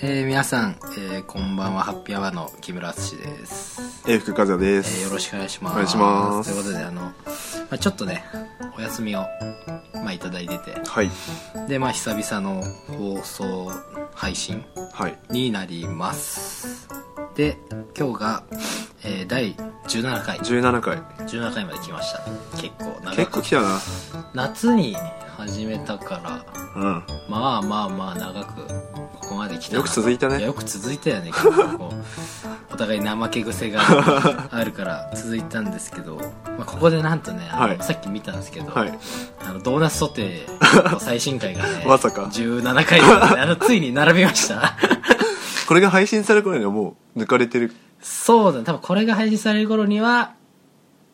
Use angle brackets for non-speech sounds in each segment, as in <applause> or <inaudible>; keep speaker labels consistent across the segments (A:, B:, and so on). A: えー、皆さん、えー、こんばんはハッピーアワーの木村敦です、
B: えー、福和也で
A: え
B: す、
A: ーよろしくお願いします
B: お願いします
A: ということであの、まあ、ちょっとねお休みを、まあ、いただいてて
B: はい
A: でまあ久々の放送配信
B: はい
A: になりますで今日が、えー第17回
B: 17回
A: 17回まで来ました結構長
B: 結
A: か
B: 構
A: っ
B: 来たな
A: た夏に始めたから
B: うん
A: まあまあまあ長くここまで来たな
B: よく続いたね
A: やよく続いたよね結構こう <laughs> お互い怠け癖があるから続いたんですけど、まあ、ここでなんとねあの
B: はい
A: さっき見たんですけど、
B: はい
A: あのドーナツソテーの最新回がね
B: <laughs> まさか
A: 17回まであのついに並びました <laughs>
B: これが配信される頃にはもう抜かれてる
A: そうだね多分これが配信される頃には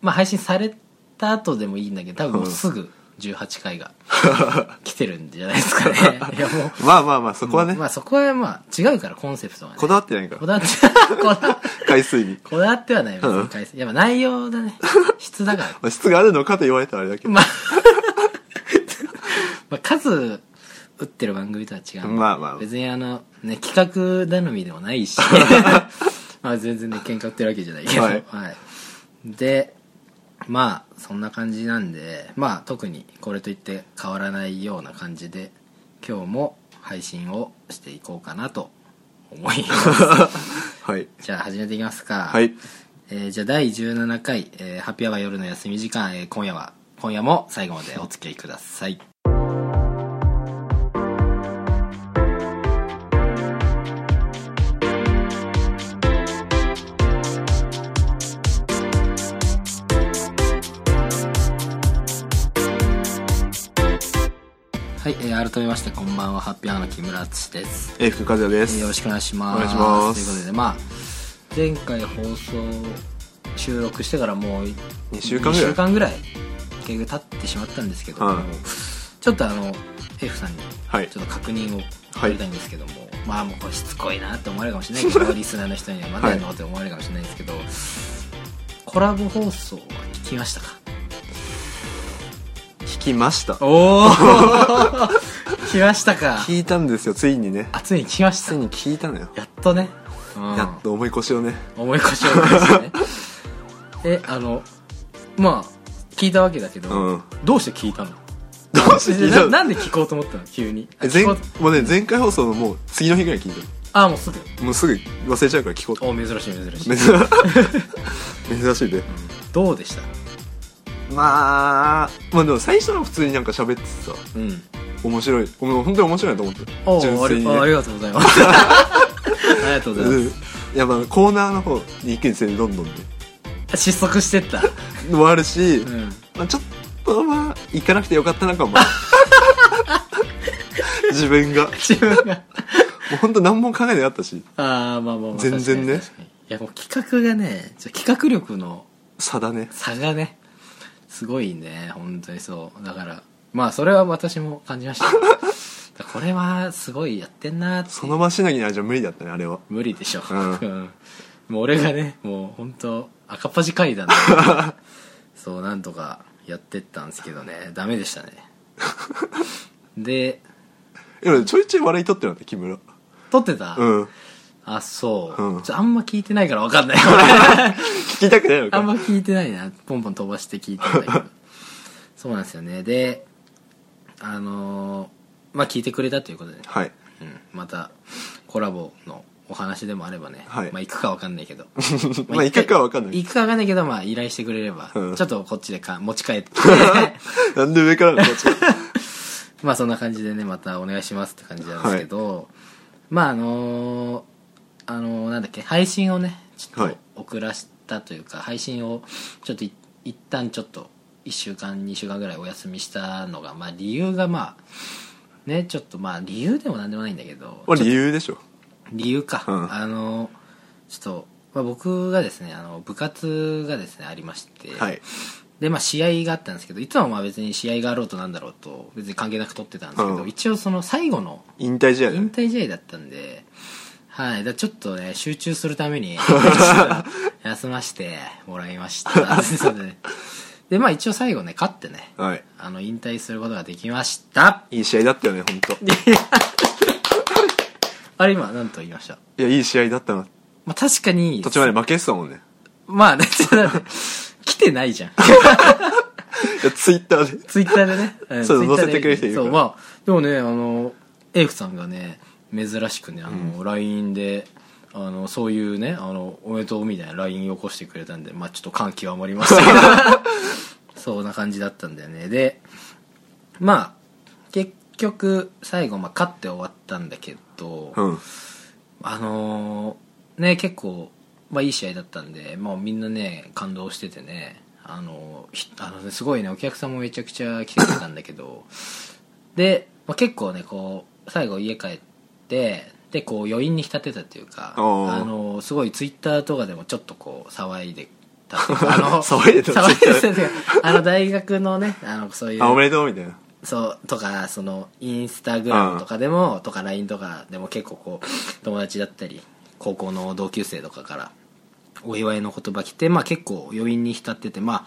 A: まあ配信された後でもいいんだけど多分もうすぐ18回が来てるんじゃないですかね <laughs> いやもう
B: まあまあまあそこはね、
A: まあそこはまあ違うからコンセプトはね
B: こだわってないか
A: こ
B: ら
A: だわって
B: <laughs>
A: こだ
B: 回数に、
A: こだわってはない別
B: う
A: に
B: ん
A: 回数やっぱ内容だ
B: <laughs>
A: ね質だから
B: まあ、質があるのかと言われたらあれだけど、
A: まあまあ数打ってる番組とは違う、
B: まあまあ
A: 別にあのね企画頼みでもない
B: <laughs>
A: しまあ全然ね喧嘩売ってるわけじゃないけど
B: はい
A: でまあそんな感じなんでまあ特にこれといって変わらないような感じで今日も配信をしていこうかなと思い
B: <laughs>
A: ます
B: はい
A: じゃあ始めていきますか
B: はい
A: えーじゃあ第17回、えーハッピーアワー夜の休み時間、えー今夜は今夜も最後までお付き合いくださいはい、えー改めましてこんばんはハッピーアワーの木村敦です
B: えー、福和也です、
A: よろしくお願いします
B: お願いしま
A: と
B: す
A: いうことでまあ前回放送収録してからもう
B: 二週間ぐらい
A: 2週間ぐらい結局経ってしまったんですけど、
B: はい
A: もうちょっとあの F さんに
B: はい
A: ちょっと確認を取りたいんですけども、まあもうこれしつこいなって思われるかもしれないけ
B: <laughs>
A: どリスナーの人にはまだやんのって思われるかもしれないですけど、コラボ放送は聞きましたか
B: 聞きました
A: おお <laughs> 来ましたか
B: <laughs> 聞いたんですよついにね
A: あついに来まし
B: つ
A: た
B: いに聞いたのよ、
A: やっとね、うん
B: やっと思い越しをね
A: 思い越しを思いましたね <laughs> えあのまあ聞いたわけだけど、
B: うん
A: どうして聞いたの
B: どうして聞いた
A: な
B: の
A: なんで聞こうと思ったの急にあ
B: え前
A: 聞こう
B: もうね前回放送のもう次の日ぐらい聞い
A: あもうすぐ
B: たもうすぐ忘れちゃうから聞こうと
A: お珍しい珍しい
B: 珍珍しいね
A: どうでした
B: まあまあでも最初は普通になんか喋っててさ
A: うん
B: 面白いもう本当に面白いなと思って
A: お
B: 純
A: あ
B: 粋
A: り
B: に
A: ああり
B: ね
A: がとうございます
B: <laughs>
A: ありがとうございます、
B: うんいやまあコーナーの方に行くにつれてどんどんね
A: 失速してった、
B: のもあるし、
A: うん、
B: まあ、ちょっとまあ行かなくてよかったな
A: <laughs>
B: かも自分がも
A: 自分が
B: う本当何も考えなかったし
A: ああまあまあまあ
B: 全然ね
A: 確かに確かにいやもう企画がねちょ企画力の
B: 差だね
A: 差がねすごいね本当にそうだからまあそれは私も感じました
B: <laughs>
A: だからこれはすごいやってんなって
B: その場しのぎの味は無理だったねあれは
A: 無理でしょ、
B: うん
A: もう俺がねもう本当赤っ端階
B: <laughs>
A: 段でそうなんとかやってったんですけどねダメでしたねで
B: でもちょいちょい笑い取ってるんだ木村
A: 撮ってた、
B: うん
A: あそう、
B: うん
A: ちょあんま聞いてないから分か
B: <laughs>
A: んない
B: 聞きたくないの
A: あんま
B: か
A: 聞いてないなポンポン飛ばして聞いてんだけ
B: <laughs>
A: どそうなんですよねであのーまあ聞いてくれたということで、
B: はい <laughs>
A: うん、またコラボのお話でもあればね、
B: はい
A: まあ行くかわかんないけど
B: <laughs> まあ行くかわかんない
A: 行くかわかんないけどまあ依頼してくれれば、
B: うん
A: ちょっとこっちでか持ち帰って
B: <laughs> なんで上からのこっち
A: <laughs> まあそんな感じでねまたお願いしますって感じなんですけど、まああのーあのーなんだっけ配信をねちょ
B: は
A: っ
B: い
A: と遅らしたというか、配信をちょっとい一旦ちょっと1週間2週間ぐらいお休みしたのがまあ理由がまあねちょっとまあ理由でもなんでもないんだけど
B: まあ理由でしょ
A: 理由か、
B: うん
A: あのちょっと、まあ、僕がですねあの部活がですねありまして、
B: はい
A: でまあ試合があったんですけどいつもはまあ別に試合があろうとなんだろうと別に関係なく取ってたんですけど、
B: うん
A: 一応その最後の
B: 引退試合だ
A: 引
B: ね
A: 退試合だったんで、はい、だからちょっとね集
B: <laughs>
A: 中するためにちょっと休ませてもらいましたそうだね <laughs> でまあ一応最後ね勝ってね
B: はい
A: あの引退することができました
B: いい試合だったよね本当。い
A: あれ今何と言いました、
B: やいい試合だったな
A: まあ、確かに
B: 途中まで負けてたもんね
A: まあね <laughs> ちょっと待って来てないじゃん
B: いやツイッターで
A: ツイッターでね。ん
B: <laughs> そう
A: Twitter で
B: 載せてくれる人いるから
A: そう、まあ、でもね、あの、エイフさんがね、珍しくね、あの、LINE で、あの、そういうね、あの、おめでとうみたいな LINE を起こしてくれたんで、まあちょっと感極まり
B: <laughs>
A: ましたけど、そんな感じだったんだよね。で、まあ、結局、最後、まあ、勝って終わったんだけど、
B: うん
A: あのーね、結構、まあ、いい試合だったんで、まあ、みんなね、感動しててね、あのーひあのねすごいね、お客さんもめちゃくちゃ来てくれたんだけど、 <laughs> で、まあ、結構ね、こう、最後家帰って、で、こう、余韻に浸ってたっていうか、あ
B: おー
A: のーすごいツイッターとかでもちょっとこう、騒いでたっていう
B: <laughs>
A: か、あの
B: 騒いで
A: <laughs>
B: た
A: 騒いでたっていうかあの、大学のね、あの、そういう。
B: あおめでとうみたいな
A: そうとかそのインスタグラムとかでも、とか LINE とかでも結構こう友達だったり高校の同級生とかからお祝いの言葉来て、まあ、結構余韻に浸ってて、まあ、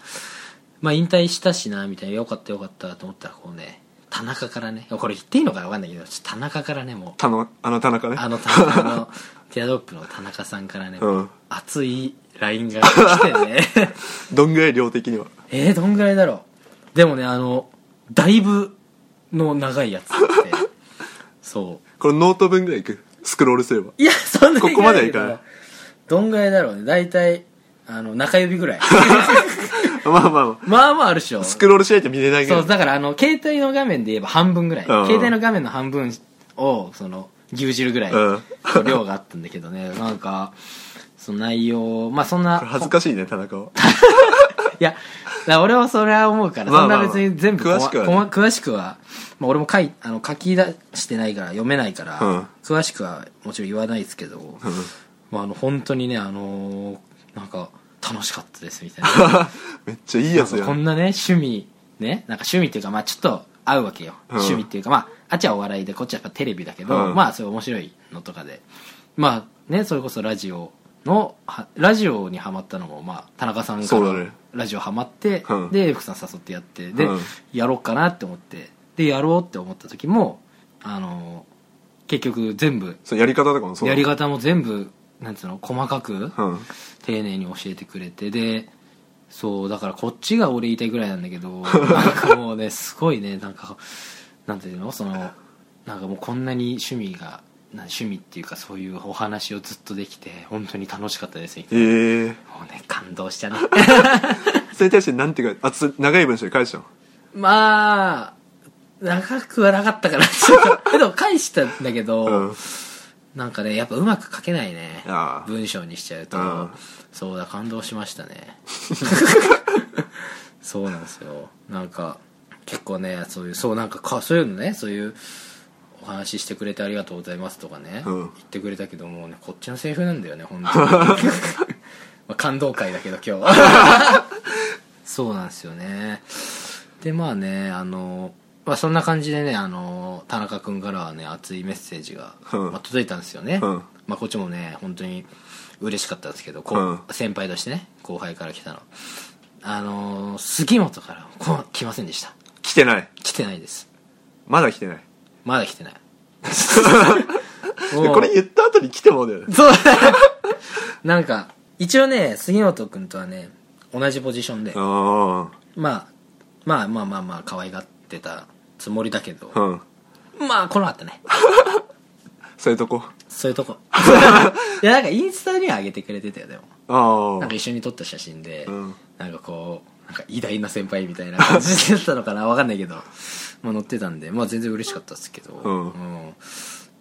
A: まあ引退したしなみたいなよかったよかったと思ったらこうね田中からねこれ言っていいのか分かんないけどちょっと田中からねもう
B: たのあの田中ね
A: あの田中
B: <laughs>
A: のティアドロップの田中さんからね、
B: うん
A: 熱い LINE が来てね
B: どんぐらい量的には
A: えー、どんぐらいだろうでもねあのだいぶの長いや
B: <laughs>
A: つってそう
B: これノート分ぐらいいくスクロールすれば
A: いやそんなに
B: ここまではいかない
A: けどどんぐらいだろうね大体あの中指ぐらい <laughs>
B: まあまあま
A: まあまああるっしょ
B: あスクロールしないと見れないぐら
A: そう
B: い
A: だからあの携帯の画面で言えば半分ぐらい、
B: うん
A: 携帯の画面の半分をその牛汁ぐらい
B: うん
A: 量があったんだけどね、なんかその内容まあそんな
B: これ恥ずかしいね田中はい
A: や、だから俺はそれは思うから、
B: ま
A: そ
B: あ
A: ん
B: まあ
A: な
B: まあ
A: 別に全部こわ
B: 詳しくは
A: こ
B: ね
A: わ詳しくは、まあ俺も書い、あの、書き出してないから読めないから、
B: うん
A: 詳しくはもちろん言わないですけど、まああの、本当にね、あのーなんか、楽しかったですみたいな。
B: <laughs> めっちゃいいやつ
A: なん
B: や
A: かこ
B: ん
A: んなね、趣味、ね、なんか趣味っていうか、まあちょっと合うわけよ。
B: うん
A: 趣味っていうか、まああっちはお笑いで、こっちはやっぱテレビだけど、
B: うん
A: まあそういう面白いのとかで。まあね、それこそラジオの、はラジオにハマったのも、まあ田中さんか
B: そうだ
A: ら
B: ね
A: ラジオハマって、
B: うん
A: で、福さん誘ってやって、で、
B: うん
A: やろうかなって思って、で、やろうって思った時も、あの結局全部、
B: そうやり方とかもそう
A: やり方も全部、なんつうの、細かく、
B: うん
A: 丁寧に教えてくれてでそうだからこっちが俺言いたいぐらいなんだけどなんかもうねすごいねなんかなんていうのそのなんかもうこんなに趣味がな趣味っていうかそういうお話をずっとできて本当に楽しかったですみたい
B: え
A: な
B: え
A: もうね感動したね
B: それに対してなんていうかあつ長い文章で返したの
A: まあ長くはなか
B: <laughs>
A: ったからちょっとでも返したんだけど、
B: うん
A: なんかねやっぱうまく書けないね
B: ああ
A: 文章にしちゃうと
B: うん
A: そうだ感動しましたね
B: <laughs>
A: そうなんですよなんか結構ねそういうそうなんかかそういうのねそういうお話ししてくれてありがとうございますとかね、
B: うん
A: 言ってくれたけどもうねこっちのセリフなんだよね本当
B: <laughs>
A: にまあ感動会だけど今日はそうなんですよねでまあねあの、まあ、そんな感じでねあの田中君からはね熱いメッセージが、
B: うん
A: まあ届いたんですよね、
B: うん
A: まあ、こっちもね本当に嬉しかったんですけど、こ
B: うん
A: う先輩としてね後輩から来たのあのー杉本からこ来ませんでした
B: 来てない
A: 来てないです
B: まだ来てない
A: まだ来て
B: <laughs>
A: ないもう
B: これ言った後に来てもだよね
A: そう <laughs> なんか一応ね杉本君とはね同じポジションで、
B: あ
A: まあ、まあまあまあまあ可愛がってたつもりだけど、
B: あうん
A: まあ来なかったね
B: そういうとこ
A: そういうとこ <laughs> いやなんかインスタには上げてくれてたよでも
B: あ
A: なん
B: あ
A: か一緒に撮った写真で、
B: うん
A: なんかこうなんか偉大な先輩みたいな感じだったのかなわかんないけど、まあ、乗ってたんで、まあ、全然嬉しかったですけど、
B: うん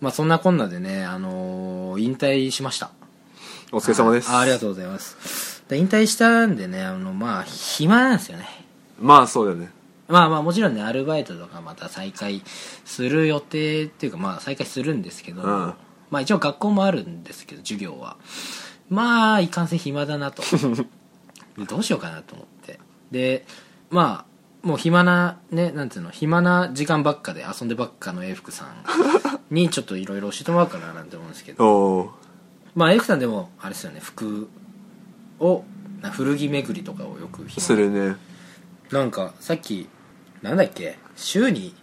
A: まあ、そんなこんなでね、あのー引退しました
B: お疲れ様です
A: あありがとうございますで引退したんでねあのまあ暇なんですよね
B: まあそうだよね
A: まあまあもちろんねアルバイトとかまた再開する予定っていうかまあ再開するんですけど、
B: うん
A: まあ一応学校もあるんですけど授業はまあいかんせん暇だな
B: <laughs>
A: とでどうしようかなと思ってでまあもう暇なねなんていうの暇な時間ばっかで遊んでばっかの英福さ
B: <laughs>
A: んにちょっといろいろ教えてもらおうかななんて思うんですけど
B: おお
A: まあ英福さんでもあれですよね服をな古着巡りとかをよく
B: す
A: 暇
B: るね
A: なんかさっきなんだっけ週に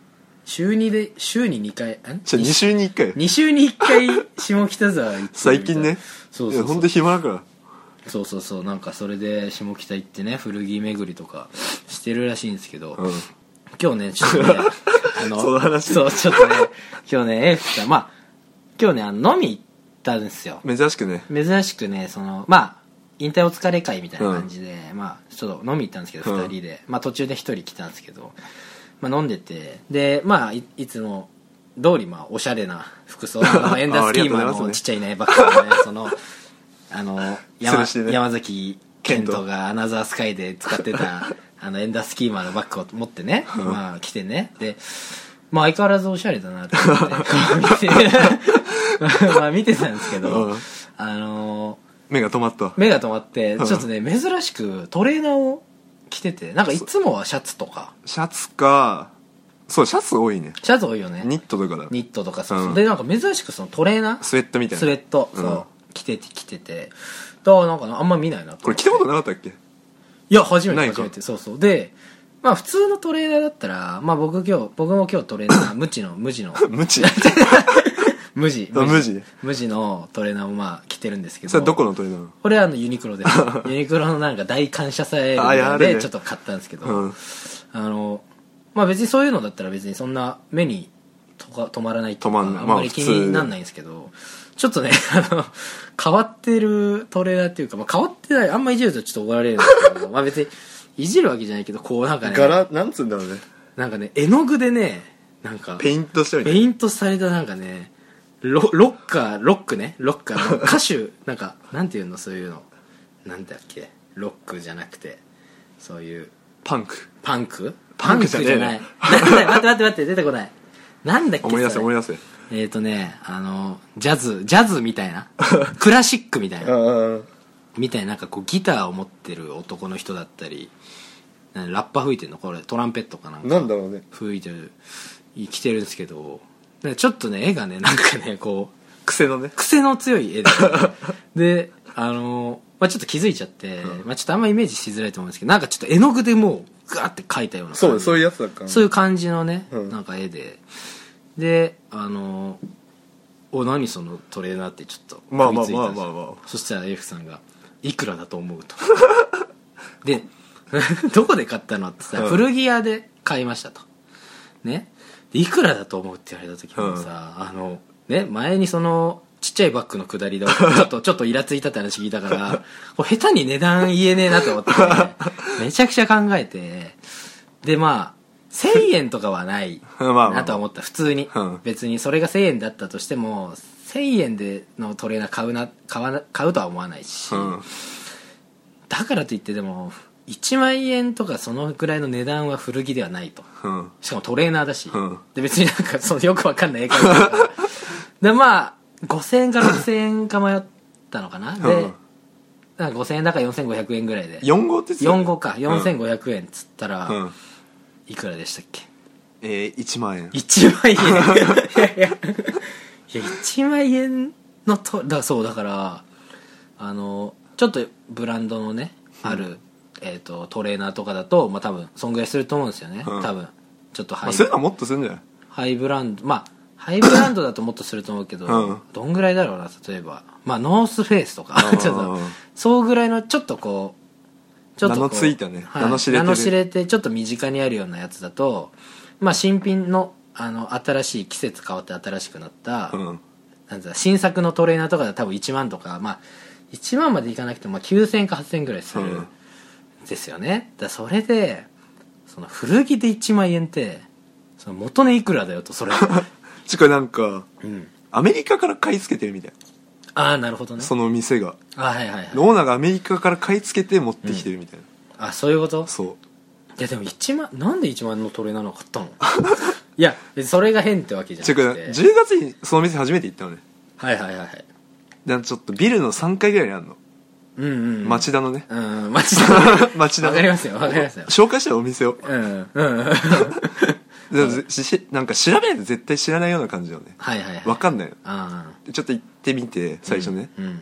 A: 週2で週に2回ん
B: じゃあ2週に1回
A: 2週に1回下北沢行ってるみたいな
B: <laughs> 最近ね
A: そう
B: い
A: そう
B: や
A: そ
B: ほん
A: う
B: と暇だから
A: そうそうそうなんかそれで下北行ってね古着巡りとかしてるらしいんですけど、
B: うん
A: 今日ねちょっと
B: <laughs>
A: ねあの
B: その話
A: そうちょっとね今日ねエースさんまあ今日ねあの飲み行ったんですよ
B: 珍しくね
A: 珍しくねそのまあ引退お疲れ会みたいな感じで、まあちょっと飲み行ったんですけど、
B: うん
A: 2人でまあ途中で1人来たんですけど、まあ、飲んでてでまあいいつも通りまあおしゃれな服装あ
B: <laughs>
A: のエンダースキーマ
B: ありがとうございます
A: ーの
B: ね
A: ちっちゃいねばっかりのねそのあの山
B: <laughs> 吊るしてね
A: 山崎健人がアナザースカイで使ってた
B: <laughs>
A: あのエンダースキーマーのバッグを持ってね、まあ来てねでまあ相変わらずおしゃれだなと思ってこう見
B: <laughs>
A: てまあ見てた <laughs> んですけど、
B: うん
A: あの
B: 目が止まったわ
A: ー目が止まって
B: うん
A: ちょっとね珍しくトレーナーを着ててなんかいつもはシャツとか
B: シャツかそうシャツ多いね
A: シャツ多いよね
B: ニットとかだ
A: ニットとかそう、
B: うん
A: でなんか珍しくそのトレーナー
B: スウェットみたい
A: スウェ
B: な
A: ット、
B: うん
A: そう着てて着ててだからなんかなあんま見ないなと
B: こ
A: 思
B: れ
A: って
B: 着たことなかったっけ
A: いや初め
B: な
A: て
B: いか
A: 初めてそうそうでまあ普通のトレーナーだったらまあ僕今日僕も今日トレーナー無知の無
B: <laughs>
A: 地の <laughs>
B: 無知
A: 無地
B: あ無地
A: 無地のトレーナーもまあ着てるんですけど
B: それはどこのトレーナー
A: これはあのユニク
B: <laughs>
A: ロですユニクロのなんか大感謝祭
B: あいやある
A: で
B: ね
A: ちょっと買ったんですけど、
B: うん
A: あのまあ別にそういうのだったら別にそんな目にとか止まらないっていうか
B: 止まんない
A: あん
B: まあ
A: まり気になんないんですけど、ちょっとね <laughs> あの変わってるトレーナーっていうか、まあ、変わってないあんまいじるとちょっと怒られるんですけどまあ別にいじるわけじゃないけどこうなんかね
B: 柄なんつうんだろうね
A: なんかね絵の具でねなんか
B: ペイントしたみた
A: ペ
B: い
A: イントされたなんかねロロッカーロックねロッカ
B: <laughs>
A: ーの歌手なんかなんていうのそういうのなんだっけロックじゃなくてそういう
B: パンク
A: パンク
B: パンクじゃねえな
A: パンクじゃないなん <laughs> だよ待って待って待って出てこないなんだっけ
B: 思い出せ
A: それ
B: 思い出せ
A: えっ、ー、とねあのジャズジャズみたい
B: <laughs>
A: なクラシックみたいな
B: あ
A: みたいななんかこうギターを持ってる男の人だったりなんラッパ吹いてんのこれトランペットかなんか
B: なんだろうね
A: 吹いてる生きてるんですけどでちょっとね絵がねなんかねこう
B: 癖のね
A: 癖の強い絵 <laughs> でであの、まあ、ちょっと気づいちゃって、まあ、ちょっとあんまイメージしづらいと思うんですけどなんかちょっと絵の具でもうガーって描いたような感じ
B: そうそういうやつだから
A: そういう感じのね、
B: うん
A: なんか絵でであの「お何そのトレーナー」ってちょっと
B: まあまあ
A: 噛みついたんですよ
B: まあまあまあ
A: そしたらエフさんが「いくらだと思う?」とで <laughs> 「どこで買ったの?」ってさ、
B: うん
A: 古着屋で買いましたとねでいくらだと思うって言われた時もさ、あのね前にそのちっちゃいバッグの下りでちょっとちょっとイラついたって話聞いた
B: <laughs>
A: からこれ下手に値段言えねえなと思って、めちゃくちゃ考えてでまあ1000円とかはない
B: まあまあ
A: なとは思った普通に、
B: うん
A: 別にそれが1000円だったとしても1000円でのトレーナー買うな買わな買うとは思わないし、
B: うん
A: だからといってでも1万円とかそのくらいの値段は古着ではないと
B: うん
A: しかもトレーナーだし、
B: うん
A: で別になんかそのよくわかんない絵描いてるから
B: <laughs>
A: でまあ5000円か6000円か迷ったのかな、
B: う
A: で
B: ん
A: なんか5000円だから4500円ぐらいで
B: 4号って言ってたよね
A: 4号か4500円っつったら、
B: うん
A: いくらでしたっけ
B: えー1万円
A: 1万
B: <laughs>
A: 円いやいやいや1万円のとだそうだからあのちょっとブランドのねある、えー、とトレーナーとかだと、まあ、多分そんぐらいすると思うんですよね、
B: うん
A: 多分ちょっとハ
B: ま
A: イ
B: あそういうのはもっとするんじゃない
A: ハイブランドまあハイブランドだともっとすると思うけど、
B: うん
A: どんぐらいだろうな例えばまあノースフェイスとか <laughs> ちょっとそうぐらいのちょっとこうちょっとこう
B: 名のついたね
A: はい
B: 名の知れてる
A: 名の知れてちょっと身近にあるようなやつだとまあ新品のあの新しい季節変わって新しくなった、
B: うん
A: なんつうの新作のトレーナーとかだと多分1万とかまあ1万までいかなくてもまあ9000か8000ぐらいする、
B: うん
A: ですよねだからそれでその古着で1万円ってその元値いくらだよと
B: <laughs>
A: それ、
B: しかもなんか
A: うん、
B: アメリカから買い付けてるみたい
A: ああなるほどね
B: なその店が
A: あはいはいはい
B: オーナーがアメリカから買い付けて持ってきてるみたいな、
A: あそういうこと
B: そう
A: いやでも1万なんで1万のトレーナーの買ったの <laughs> いや別にそれが変ってわけじゃ
B: ち
A: な
B: ょこれ
A: くて
B: 10月にその店初めて行ったのね
A: はいはいはいはい
B: でちょっとビルの3階ぐらいにあるの、
A: うんうん
B: 町田のね
A: うん町
B: <laughs>
A: 田
B: 町田
A: わかり
B: の
A: ますよわかります
B: <laughs>
A: よ
B: 紹介したお店を
A: うんうんうんはい
B: でししなんか調べないと絶対知らないような感じだよね
A: はいはい
B: わかんないの
A: あ
B: ちょっと行ってみて
A: あ
B: 最初ね、
A: うんうん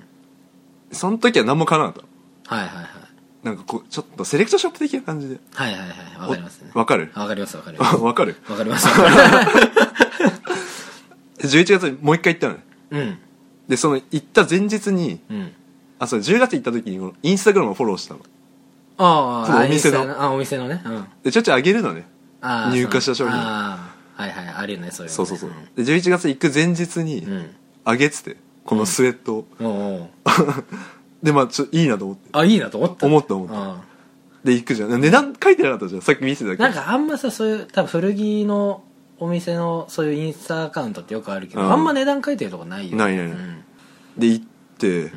B: その時は何も買わなかっ
A: はいはいはい
B: なんかこうちょっとセレクトショップ的な感じで
A: はいはいはいわかりますね
B: おわかる <laughs>
A: わかりますわかります
B: わかる
A: わかり
B: <laughs>
A: ますわかります
B: 11月にもう一回行ったのね
A: うん
B: でその行った前日に
A: うん
B: あそう10月行った時にこのインスタグラムをフォローしたの
A: ああ
B: その
A: あ
B: お店の
A: インスタあお店のねうん
B: でちょいちょいあげるのね
A: あー
B: 入荷した商
A: そう
B: 品
A: あーはいはいあるよねそういうの
B: そ
A: ね
B: うそうそうで11月行く前日に
A: うんうん
B: あげててこのスウェットを
A: おうおう
B: でまあちょいいなと思って
A: あいいなと思った
B: 思った思った
A: うん
B: で行くじゃん値段書いてなかったじゃんさっき見せたけど
A: なんかあんまさそういう多分古着のお店のそういうインスタアカウントってよくあるけど、
B: うん
A: あんま値段書いてるとこないよ
B: ないないな
A: う
B: い
A: ん
B: で行って
A: ん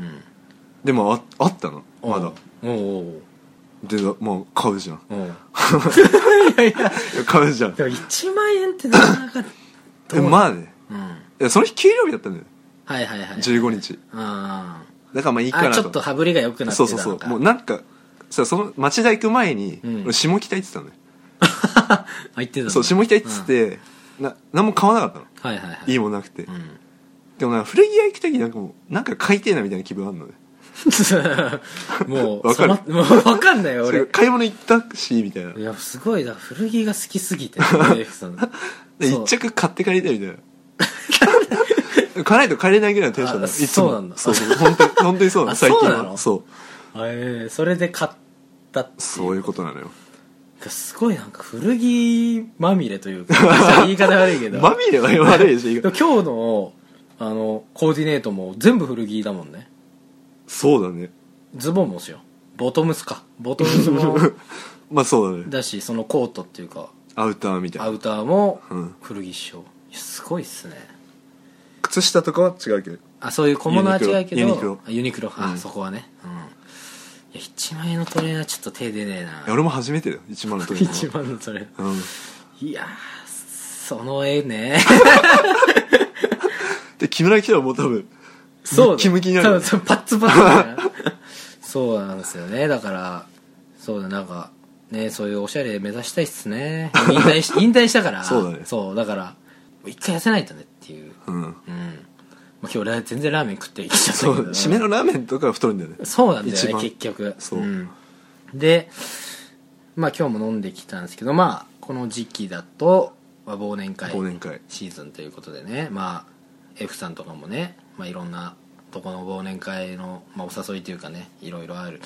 B: でもああったの
A: おう
B: まだ
A: おうおう
B: でまあ買うじゃん <laughs>
A: おういやいや
B: いや買うじゃん
A: でも1万円ってなかなか
B: えまあね
A: うん
B: いやその日給料日だったんだよ
A: はいはいはい
B: 15日
A: あ
B: だからまあいい
A: ー
B: かな
A: あ
B: と
A: ちょっと羽振りが良くなってた
B: そう
A: のか
B: そうそうもうなんかさその町田行く前に、
A: うん
B: 俺下北行ってたのよ、
A: あ言ってたんだ
B: そう下北行ってて、な何も買わなかったの
A: うんはいはいはい
B: いい
A: も
B: もんなくて、
A: うん
B: でもなんか古着屋行く時なんかもうなんか買いてえなみたいな気分あんのね
A: <laughs> もう
B: <laughs> わかる
A: そのもう分かんないよ
B: そ
A: 俺
B: れ買い物行ったしみたいない
A: やすごいだ古着が好きすぎ
B: <laughs>
A: てその
B: で
A: そう
B: 一着買って帰りたいみたいな <laughs> 買わないと帰れないぐらいのテンション
A: あ
B: のいつも
A: そうなんだ
B: そうそう本当に本当にそうなの
A: あ
B: 最近
A: そうな
B: は
A: の
B: そう
A: えーそれで買ったって
B: そういうことなのよ
A: すごいなんか古着まみれと
B: <laughs>
A: いうか言い方悪いけど
B: まみれは悪いで
A: で
B: しょ
A: も今日のあのコーディネートも全部古着だもんね
B: そうだね
A: ズボンもっすよボトムスかボトムスも
B: まあそうだね
A: だしそのコートっていうか
B: アウターみたい
A: ア
B: な
A: ウターも
B: うん
A: 古着っしょいやすごいっすね
B: 靴下とかは違うけど
A: あそういう小物は違うけど
B: ユニクロ
A: あユニクロあ、
B: うん
A: そこはね、うん、いや1万円のトレーナーちょっと手出ねえない
B: や俺も初めてだよ1万の
A: <laughs>
B: 時
A: 1万のトレーナ
B: うん
A: ーいやーその絵ね
B: で木村来たらもう多分
A: そうだ
B: <laughs> ムッキムキになる
A: 多分そうパッツパツだねそうなんですよねだからそうだなんかねそういうおしゃれ目指したいっす
B: <laughs>
A: ね引退し引退したから
B: そうだね
A: そうだからもう一回痩せないとねっていう
B: うん
A: うん、まあ、今日ラ全然ラーメン食ってきちゃったけ
B: そ
A: ど
B: う締めのラーメンとかは太るんだよね
A: そうなんだよ
B: 一
A: ね
B: 番
A: 結局、
B: そうん
A: でまあ今日も飲んできたんですけどまあこの時期だと、まあ、忘年会
B: 忘年会
A: シーズンということでねまあ F さんとかもね、まあ、いろんなとこの忘年会の、まあ、お誘いというかねいろいろある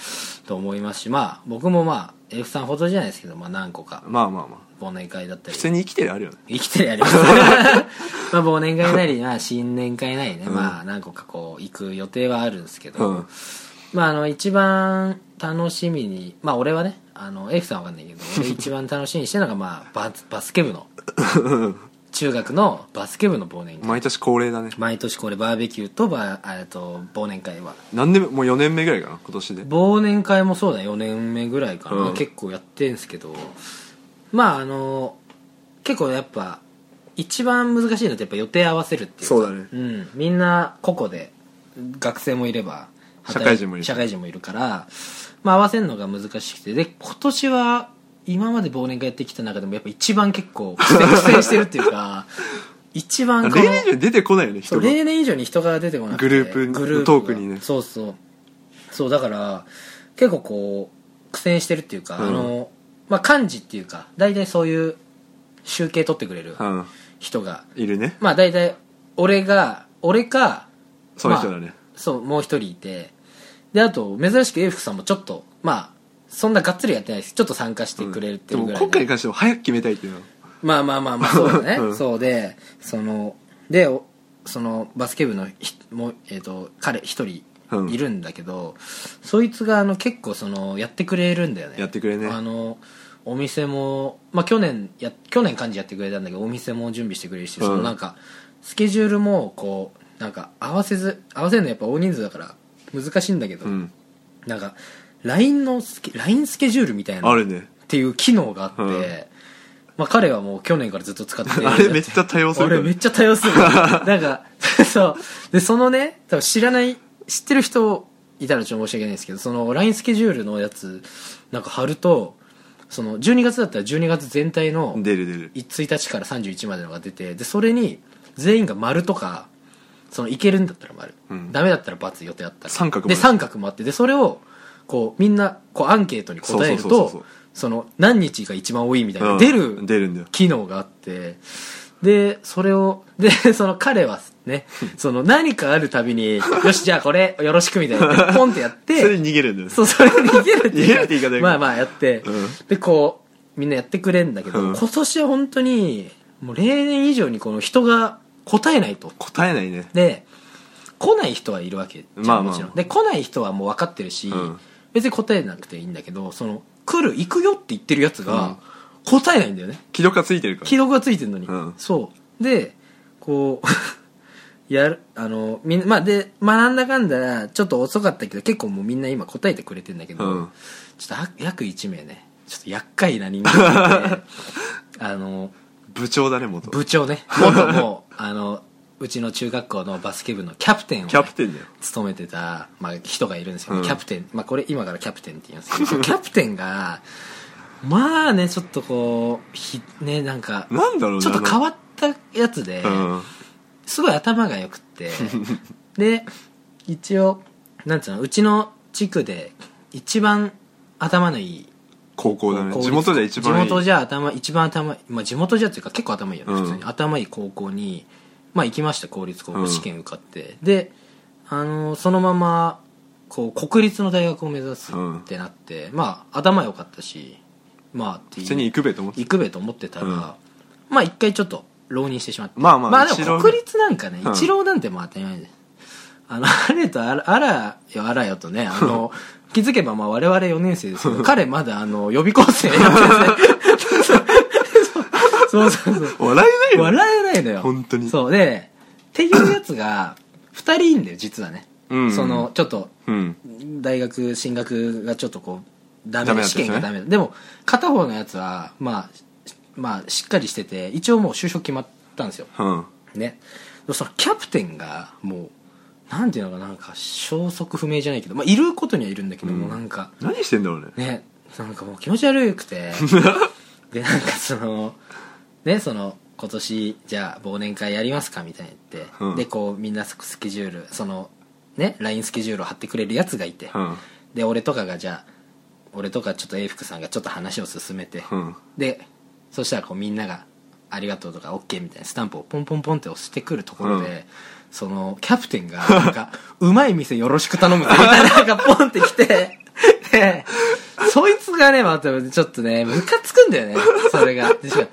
A: と思いますしまあ僕もまあ F さんほどじゃないですけど、まあ、何個か
B: まあまあまあ
A: 忘年会だったり
B: 普通に生きてるあるよね
A: 生きてやり
B: <laughs>
A: ます。まあ忘年会なり、まあ新年会なりね、
B: うん
A: まあ何個かこう行く予定はあるんですけど、
B: うん
A: まああの一番楽しみに、まあ俺はね、あの F さんはわかんないけ
B: <laughs>
A: ど、俺一番楽しみにしてるのがまあババスケ部の、中学のバスケ部の忘年会。
B: 毎年恒例だね
A: 毎年これバーベキューとバー、えっと、忘年会は。
B: 何年目もう4年目ぐらいかな今年で
A: 忘年会もそうだ4年目ぐらいかな、
B: うん
A: 結構やってんすけどまああの結構やっぱ一番難しいのってやっぱ予定合わせるっていうか
B: そうだね
A: ん、みんな個々で学生もいれば働い
B: 社会人もいる
A: 社会人もいるから、まあ、合わせるのが難しくてで今年は今まで忘年会やってきた中でもやっぱ一番結構苦戦苦戦してるっていう
B: <laughs>
A: か一番この
B: 例年出てこないよね
A: そ
B: 人
A: う
B: が
A: 例年以上に人が出てこなくて
B: グループの
A: が
B: トークにね
A: そうそうそうだから結構こう苦戦してるっていうか、
B: うん
A: あのまあ幹事っていうか大体そういう集計取ってくれる
B: うん
A: 人が、
B: いるね
A: まあ大体俺が俺か
B: その人だね
A: そうもう一人いてであと珍しく英福さんもちょっとまあそんながっつりやってないですちょっと参加してくれるって
B: で
A: いう
B: も
A: ぐらいで、
B: 今回に関しては早く決めたいっていうのは
A: まあまあまあまあそうだね、
B: うん
A: そうでそのでおそのバスケ部のひもう、えー、と彼一人
B: うん
A: いるんだけど、そいつがあの結構そのやってくれるんだよね
B: やってくれね
A: あのお店も、まあ、去年や去年幹事やってくれたんだけどお店も準備してくれるし、
B: うん
A: そのなんかスケジュールもこうなんか合わせず合わせるのやっぱ大人数だから難しいんだけど、
B: うん
A: なんか LINE のスケ LINE スケジュールみたいなの
B: あるね
A: っていう機能があって、
B: うん
A: まあ、彼はもう去年からずっと使ってて
B: <laughs> あれめっちゃ多用する
A: あれめっちゃ多用するなんか <laughs> そうでそのね多分知らない知ってる人いたらちょっと申し訳ないんですけどその LINE スケジュールのやつなんか貼るとその12月だったら12月全体の
B: 出る出る
A: 1日から31までのが出てでそれに全員が丸とかそのいけるんだったら丸、
B: うん
A: ダメだったら×予定あったら
B: 三角もある
A: で三角もあってでそれをこうみんなこうアンケートに答える
B: そうそうそうそう
A: とその何日が一番多いみたいな、
B: うん
A: 出る
B: 出るんだよ
A: 機能があってでそれをで <laughs> その彼は
B: <laughs>
A: ねその何かあるたびに「よしじゃあこれよろしく」みたいなポンってやっ
B: <laughs> それ
A: て
B: で逃げるんだよね
A: そうそれ逃げるって
B: 逃げるって言
A: い
B: いう方
A: か
B: が
A: まあまあやって、
B: うん
A: でこうみんなやってくれんだけど、
B: うん
A: 今年は本当にもう例年以上にこの人が答えないと
B: 答えないね
A: で来ない人はいるわけじゃん、
B: まあま
A: も
B: あ
A: ちろんで来ない人はもう分かってるし、
B: うん
A: 別に答えなくていいんだけどその来る行くよって言ってるやつ
B: うん
A: が答えないんだよね
B: 既読がついてるから
A: 既読がついてるのに、
B: うん
A: そうでこう <laughs> やるあのみんなまあでまあなんだかんだちょっと遅かったけど結構もうみんな今答えてくれてんだけど、
B: うん
A: ちょっとあ約1名ねちょっと厄介な人間がいて
B: <laughs>
A: あの
B: 部長だね元
A: 部長ね元もうあのうちの中学校のバスケ部のキャプテンをね、
B: キャプテンだよ
A: 勤めてた、まあ、人がいるんですよ、
B: うん
A: キャプテン、まあ、これ今からキャプテンって言いますけどそのキャプテンがまあねちょっとこうひねなんか
B: なんだろうね
A: ちょっと変わったやつで、
B: うん
A: すごい頭が良くって
B: <laughs>
A: で一応なんつうのうちの地区で一番頭のいい
B: 高校だ
A: 高
B: ね
A: 校
B: 地元じゃ一番いい
A: 地元じゃ頭一番頭いい、まあ、地元じゃっていうか結構頭いいよね、
B: うん
A: 普通に頭いい高校に、まあ、行きました公立高
B: う
A: 校
B: ん
A: 試験受かって、であのそのままこう国立の大学を目指すってなって、まあ頭良かったしまあっていう
B: 普通に行くべと思って
A: 行くべと思ってたら、
B: うん
A: まあ一回ちょっと浪人してしまって
B: まあまあ
A: で
B: 一浪
A: も
B: ね
A: 国立なんかね
B: うん
A: 一浪なんてもう当たり前で、あのあれとあらあらよあらよとねあの気づけばまあ我々4年生ですけど彼まだあの予備校生やっ
B: <laughs>
A: てですねそうそうそうそう
B: 笑えないよ
A: 笑えないのよ
B: 本当に
A: そうでっていうやつが2人いんだよ実はね、
B: うん
A: そのちょっと
B: うん
A: 大学進学がちょっとこうダ
B: ダ
A: メ
B: メ
A: で
B: だ
A: 試
B: ったんです
A: 験
B: ね
A: がダメだでも片方のやつはまあしまあしっかりしてて一応もう就職決まったんですよ
B: うん
A: ねでそのキャプテンがもうなんていうのかななんか消息不明じゃないけどまあいることにはいるんだけど、もうなんか
B: 何してんだろうね
A: ねなんかもう気持ち悪く <laughs> てでなんかそのねその今年じゃあ忘年会やりますかみたいに言って、
B: うん
A: でこうみんなスケジュールそのね LINE スケジュールを貼ってくれるやつがいて、
B: うん
A: で俺とかがじゃあ俺とかちょっと永福さんがちょっと話を進めて、
B: うん
A: でそしたらこうみんなが「ありがとう」とか「OK」みたいなスタンプをポンポンポンって押してくるところで、
B: うん
A: そのキャプテンがなんか「うまい店よろしく頼むぜ」みたい
B: <laughs>
A: ななんかポンってきて。でそいつがね、またちょっとね、ムカつくんだよね、それが。でしかも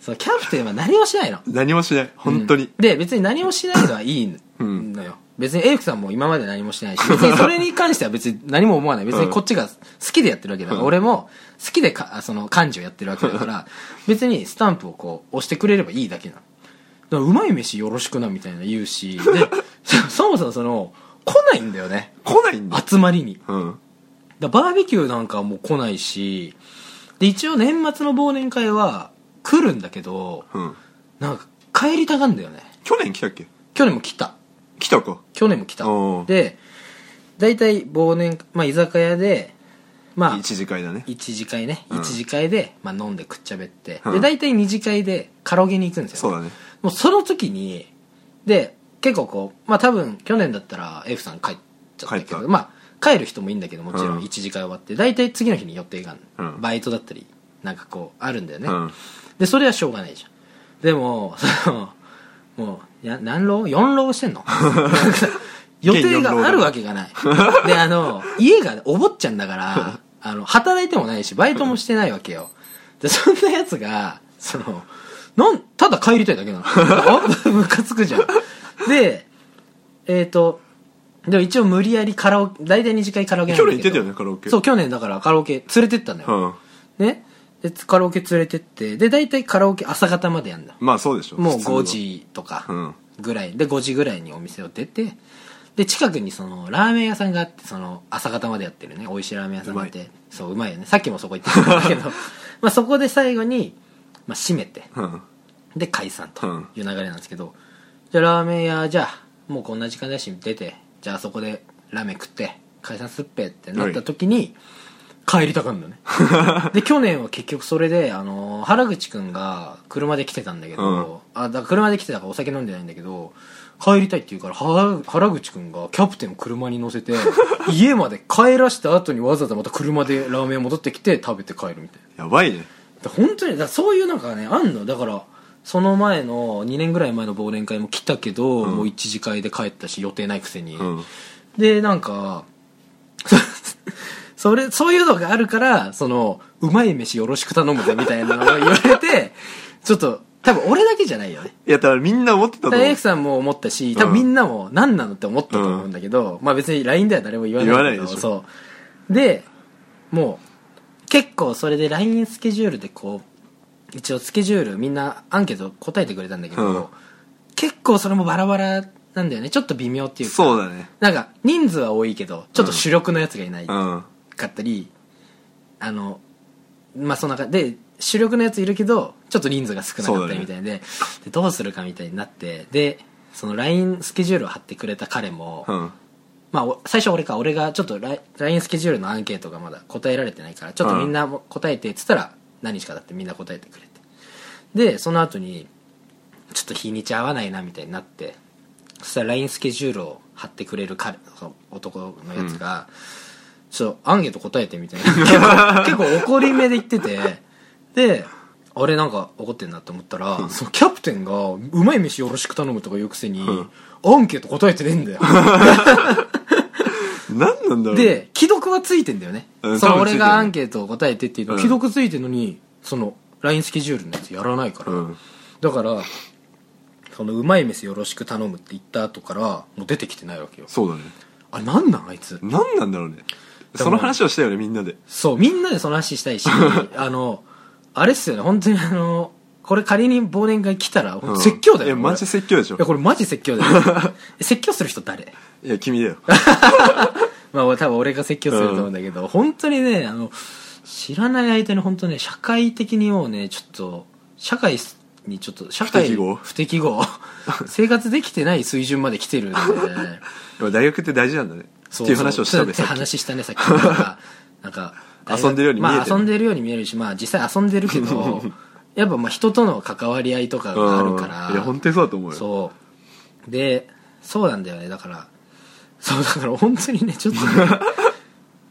A: そのキャプテンは何もしないの。
B: 何もしない本当に、
A: で別に何もしないのはいいのよ、別にエイクさんも今まで何もしない
B: <laughs>
A: し別にそれに関しては別に何も思わない別にこっちが好きでやってるわけだから、俺も好きでかあその漢字をやってるわけだから別にスタンプをこう押してくれればいいだけなのだからうまい飯よろしくなみたいな言うしで <laughs> そもそもその来ないんだよね
B: 来ないんだ
A: 集まりに
B: うん
A: だからバーベキューなんかはもう来ないしで一応年末の忘年会は来るんだけど
B: うん
A: なんか帰りたがんだよね
B: 去年来たっけ
A: 去年も来た
B: 来たか
A: 去年も来た
B: おう
A: で大体忘年、まあ、居酒屋でまあ
B: 一次会だね
A: 一次会ね、
B: うん
A: 一次会で、まあ、飲んでくっちゃべって、
B: うん
A: で大体二次会でカラオケに行くんですよ
B: そうだね
A: もうその時にで結構こうまあ多分去年だったら F さん帰っちゃったけ
B: 帰っ
A: ど
B: た
A: まあ帰る人もいいんだけどもちろ
B: うん
A: ん一次会終わって大体次の日に予定があるの、
B: うん
A: バイトだったりなんかこうあるんだよね、
B: うん
A: でそれはしょうがないじゃんでもそのもうや何浪4浪してん
B: <laughs>
A: の予定があるわけがないであの家がお坊ちゃんだからあの働いてもないしバイトもしてないわけよでそんなやつがそのなんただ帰りたいだけなのあムカつくじゃんでえっ、とでも一応無理やりカラオケ大体2次会カラオケなんだ
B: 去
A: けど
B: 年行ってたよねカラオケ
A: そう去年だからカラオケ連れてったのよ、
B: うん
A: ねでカラオケ連れてってで大体カラオケ朝方までやんだ
B: まあそうでしょ
A: もう
B: 普通の
A: 5時と
B: う
A: か
B: ん
A: ぐらい、で5時ぐらいにお店を出てで近くにそのラーメン屋さんがあってその朝方までやってるね美味しいラーメン屋さんがあってそううまいよねさっきもそこ行ってたんだけどまあそこで最後に、まあ、閉めて
B: うん
A: で解散と
B: うん
A: いう流れなんですけど、じゃあラーメン屋じゃあもうこんな時間だし出てじゃあそこでラーメン食って解散すっぺってなった時に、帰りたがるの
B: <laughs>
A: ねで去年は結局それであの原口くんが車で来てたんだけど、あだから車で来てたからお酒飲んでないんだけど帰りたいって言うから原原口くんがキャプテンを車に乗
B: <laughs>
A: せて家まで帰らした後にわざわざまた車でラーメン戻ってきて食べて帰るみたいな
B: やばいね
A: だから本当にだからそういうなんかねあんのだからその前の2年ぐらい前の忘年会も来たけど、もう一次会で帰ったし予定ないくせに、
B: うん
A: でなんか <laughs> そそれそういうのがあるからそのうまい飯よろしく頼むぜみたいなのを言われてちょっと多分俺だけじゃないよね
B: いやだからみんな思ってたと思
A: エイ
B: う
A: クさんも思ったし多分みんなも何なのって思ったと思うんだけど、まあ別に LINE では誰も言わないけど
B: 言わないでしょ
A: そうでもう結構それで LINE スケジュールでこう一応スケジュールみんなアンケート答えてくれたんだけど、
B: うん
A: 結構それもバラバラなんだよねちょっと微妙っていうか
B: そうだね
A: なんか人数は多いけどちょっと主力のやつがいないか
B: うん
A: ったり、あのまあそんな感じで主力のやついるけどちょっと人数が少なか
B: そう
A: っ
B: だ
A: たり
B: ね
A: みたいで,、でどうするかみたいになってでその LINE スケジュールを貼ってくれた彼も、
B: うん
A: まあお最初俺か俺がちょっとライ LINE スケジュールのアンケートがまだ答えられてないからちょっとみんなも答えてっつったら何日かだってみんな答えてくれてでその後にちょっと日にち合わないなみたいになってそしたら LINE スケジュールを貼ってくれる彼その男のやつが、ちょっとアンケート答えてみたい <laughs> な結構結構怒り目で言っててであれなんか怒ってんなと思ったら、そのキャプテンが「うまい飯よろしく頼む」とか言うくせに、アンケート答えてねえんだよ
B: 何なんだろう
A: で既読はついてんだよね、
B: うん
A: その
B: 多分ついて
A: 俺
B: る
A: がアンケートを答えてっていうの、
B: うん
A: 既読ついてるのにその LINE スケジュールのやつやらないから、
B: うん
A: だからそのうまい飯よろしく頼むって言った後からもう出てきてないわけよ
B: そうだね
A: あれなんなんあいつ
B: 何なんだろうね
A: でも
B: その話をしたよねみんなで
A: そうみんなでその話したい
B: <laughs>
A: しあのあれっすよね本当にあのこれ仮に忘年会来たら、
B: うん
A: 説教だよ
B: いや
A: これ
B: マジ説教でしょ
A: いやこれマジ説
B: <laughs>
A: 教だよ説教する人誰
B: いや君
A: <laughs>
B: だよ
A: まあ多分俺が説教すると思うんだけど、本当にねあの知らない相手の本当ね社会的にもうねちょっと社会にちょっと社会
B: 不適合
A: 不適
B: <laughs>
A: 合生活できてない水準まで来てるんで
B: でも大学 <laughs> って大事なんだねっていう話をした
A: そう
B: べ
A: って
B: さっき
A: 話したねさっきなんかなんか大学
B: <laughs> 遊んでるように見えてる
A: まあ遊んでるように見えるしまあ実際遊んでるけ
B: <laughs>
A: どやっぱまあ人との関わり合いとかがあるから
B: うんいや本当にそうだと思うよ
A: そうでそうなんだよねだからそうだから本当にねちょっとね
B: <laughs>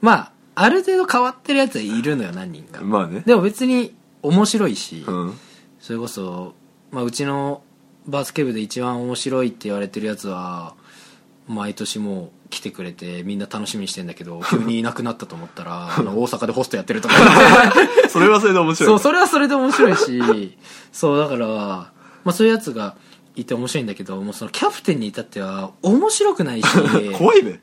A: まあある程度変わってるやつはいるのよ何人か、
B: まあね
A: でも別に面白いし、
B: うん
A: それこそ、まあ、うちのバスケ部で一番面白いって言われてるやつは毎年もう来てくれてみんな楽しみにしてんだけど急にいなくなったと思った
B: <laughs>
A: らあの大阪でホストやってるとか
B: それはそれで面白い
A: そうそれはそれで面白いし <laughs> そうだから、まあ、そういうやつがいて面白いんだけどもうそのキャプテンに至っては面白くないし
B: 怖いね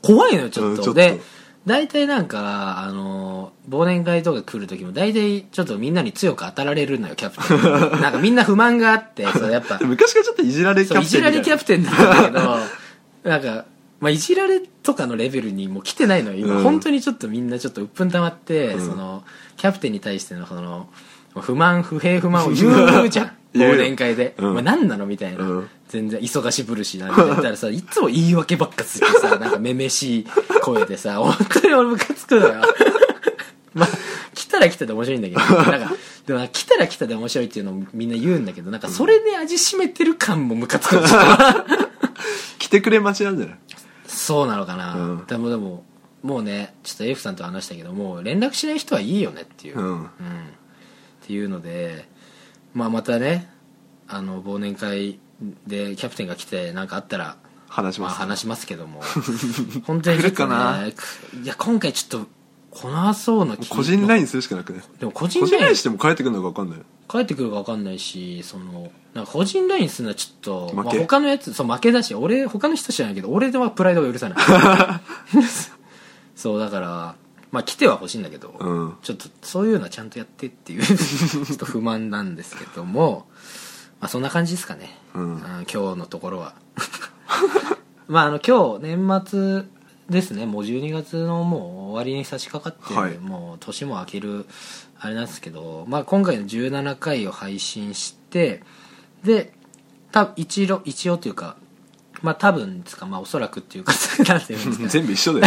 A: 怖いのよちょっ
B: うん
A: と,、
B: ちょっと
A: で大体なんかあの忘年会とか来る時も大体ちょっとみんなに強く当たられるのよキャプテンなんかみんな不満があってそうやっぱ
B: 昔からちょっといじられキ
A: そう
B: ャ
A: い
B: プ
A: じ
B: テンみ
A: ら
B: たいな
A: れキャプテンなんだ
B: <laughs>
A: けどなんか、まあ、いじられとかのレベルにもう来てないのよ今、
B: うん
A: 本当にちょっとみんなちょっと鬱憤溜まって、
B: うん
A: そのキャプテンに対してのその不満不平不満を言うじゃん
B: <laughs> 言う
A: 忘年会で、
B: うん
A: お前何なのみたいな、
B: うん
A: 全然忙しぶるしなみたいな
B: <laughs>
A: 言ったらさいつも言い訳ばっかするさなんかめめしい声でさ <laughs> 本当に俺ムカつくのよ <laughs> まあ来たら来たで面白いんだけ
B: <laughs>
A: どなんかでもなんか来たら来たで面白いっていうのをみんな言うんだけどなんかそれで味しめてる感もムカつくの
B: <laughs> 来てくれ待ちなんじゃない
A: そうなのかな、
B: うん
A: でもでももうねちょっと F さんと話したけどもう連絡しない人はいいよねっていう、
B: う
A: う
B: ん
A: んっていうので、まあ、またねあの忘年会でキャプテンが来て何かあったら
B: 話し
A: まあ、
B: ます
A: 話しますけど
B: <laughs>
A: も本当にちょっと、ね、
B: 来るかない
A: や今回ちょっと来なそうな気
B: 個人ラインするしかなくね
A: でも個人
B: 個人
A: ラ
B: ラ
A: イ
B: イ
A: ン
B: ンしても帰ってくるのか分かんないよ
A: 帰ってくるか分かんないしそのなんか個人ラインするのはちょっと、まあ、
B: 負け
A: 他のやつそう負けだし俺他の人知らないけど俺ではプライドが許さない
B: <laughs>
A: そうだからまあ来ては欲しいんだけど、 <laughs>
B: うん
A: ちょっとそういうのはちゃんとやってって
B: <laughs>
A: いうちょっと不満なんですけども、まあ、そんな感じですかね、
B: うん
A: 今日のところは <laughs> まああの今日年末ですねもう12月のもう終わりに差し掛かって、
B: はい
A: もう年も明けるあれなんですけど、まあ、今回の17回を配信してで多一応一応というかまあ多分ですかまあおそらくっていうかなんて言うんですかね
B: 全部一緒
A: <laughs>
B: だよ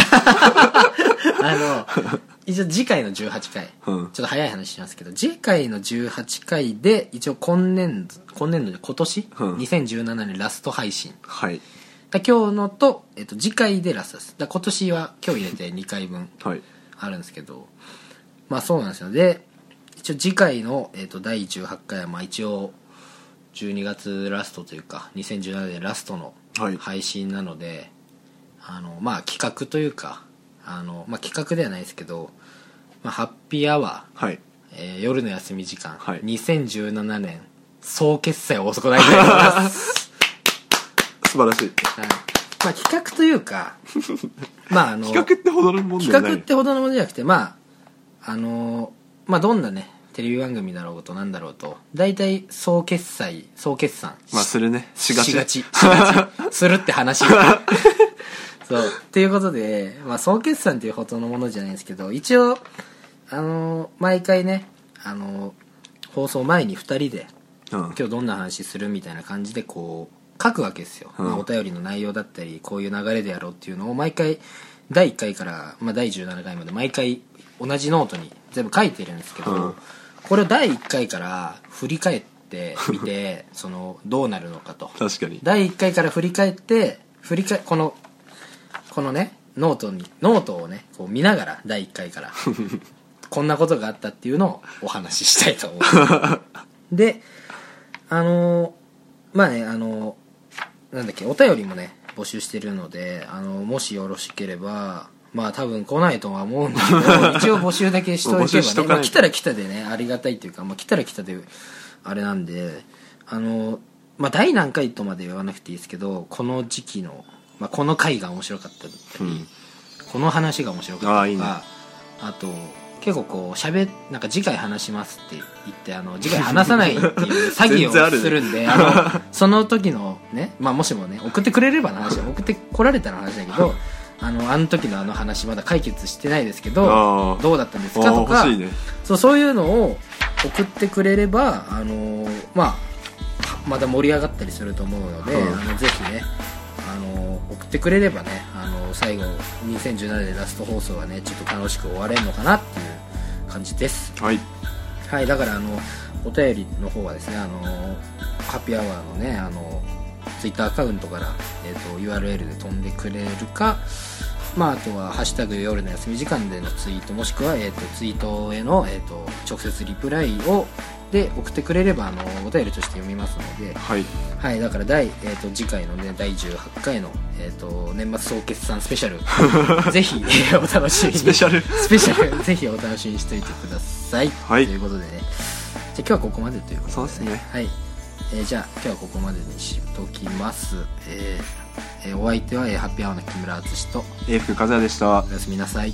A: あ
B: <laughs>
A: の一応次回の18回、
B: うん
A: ちょっと早い話しますけど次回の18回で一応今年度今年度で今年、
B: うん
A: 2017年ラスト配信
B: はい
A: だ今日のと、えっと、次回でラストですだ今年は今日入れて2回分
B: はい
A: あるんですけどまあそうなんですよで一応次回の、えっと、第18回はまあ一応12月ラストというか2017年ラストの
B: はい
A: 配信なので、あのまあ企画というかあの、まあ、企画ではないですけど、まあ、ハッピーアワー、
B: はい
A: えー夜の休み時間、
B: はい
A: 2017年総決済を遅くないと思います、
B: <laughs> 素晴らしい
A: はいまあ、企画という
B: <laughs>
A: かまああの
B: 企画ってほどのもんじゃ
A: 企
B: な
A: 画
B: い
A: ってほどのものじゃなくてまああのまあどんなねテレビ番組だろうとなんだろうと大体総決済総決算
B: まあするねしがち
A: しがちしがちするって
B: <laughs>
A: 話そうっていうことで、まあ、総決算っていうほどのものじゃないんですけど一応あの毎回ねあの放送前に2人で
B: うん
A: 今日どんな話するみたいな感じでこう書くわけですよ、
B: うん
A: まあお便りの内容だったりこういう流れでやろうっていうのを毎回第1回から、まあ、第17回まで毎回同じノートに全部書いてるんですけど、
B: うん
A: これを第1回から振り返ってみ
B: <laughs>
A: てそのどうなるのかと
B: 確かに
A: 第1回から振り返って振り返このこのねノートにノートをねこう見ながら第1回
B: <laughs>
A: からこんなことがあったっていうのをお話ししたいと思います
B: <laughs>
A: であのーまあねあのーなんだっけお便りもね募集してるのであのもしよろしければまあ多分来ないとは思うんだ
B: <laughs>
A: けど一応募集だけしとい
B: 募
A: て
B: 集しと
A: ばね、ま
B: かないと
A: あ、来たら来たでねありがたいというか、まあ、来たら来たであれなんであのまあ第何回とまで言わなくていいですけどこの時期の、まあ、この回が面白かったり、
B: うん
A: この話が面白かったと
B: あ
A: か
B: あいいね
A: あと結構こうしゃべなんか次回話しますって言ってあの次回話さないっていう詐欺
B: <laughs> 全然あ
A: を
B: るね
A: するんであのその時のね、まあ、もしもね送ってくれればの話だ送ってこられたらの話だけどあのあの時のあの話まだ解決してないですけ
B: あ
A: ど
B: あ
A: どうだったんです
B: あ
A: かと
B: あ
A: か
B: 欲しいね
A: そうそういうのを送ってくれれば、あのーまあ、また盛り上がったりすると思うので、
B: うん
A: あのぜひね、あのー送ってくれればね、あのー最後2017年ラスト放送はねちょっと楽しく終われるのかなっていう感じです
B: はい
A: はいだからあのお便りの方はですね、あのーハッピーアワーのね、あのツイッター Twitter アカウントから、えー、と URL で飛んでくれるかまあ、あとは「ハッシュタグ夜の休み時間」でのツイートもしくは、えー、とツイートへの、えー、と直接リプライをで送ってくれればあのお便りとして読みますので、
B: はい
A: はい、だから第、えー、と次回の、ね、第18回の、えー、と年末総決算スペシャルぜひ、えーお楽しみに
B: スペシャ <laughs> ル
A: スペシャルぜひお楽しみにしておいてください、
B: はい
A: ということでねじゃあ今日はここまでということで、
B: そうですね
A: はい、えーじゃあ今日はここまでにしときます、えーえーお相手は、えーハッピーアワーの木村敦史と
B: 英福和也でした
A: おやすみなさい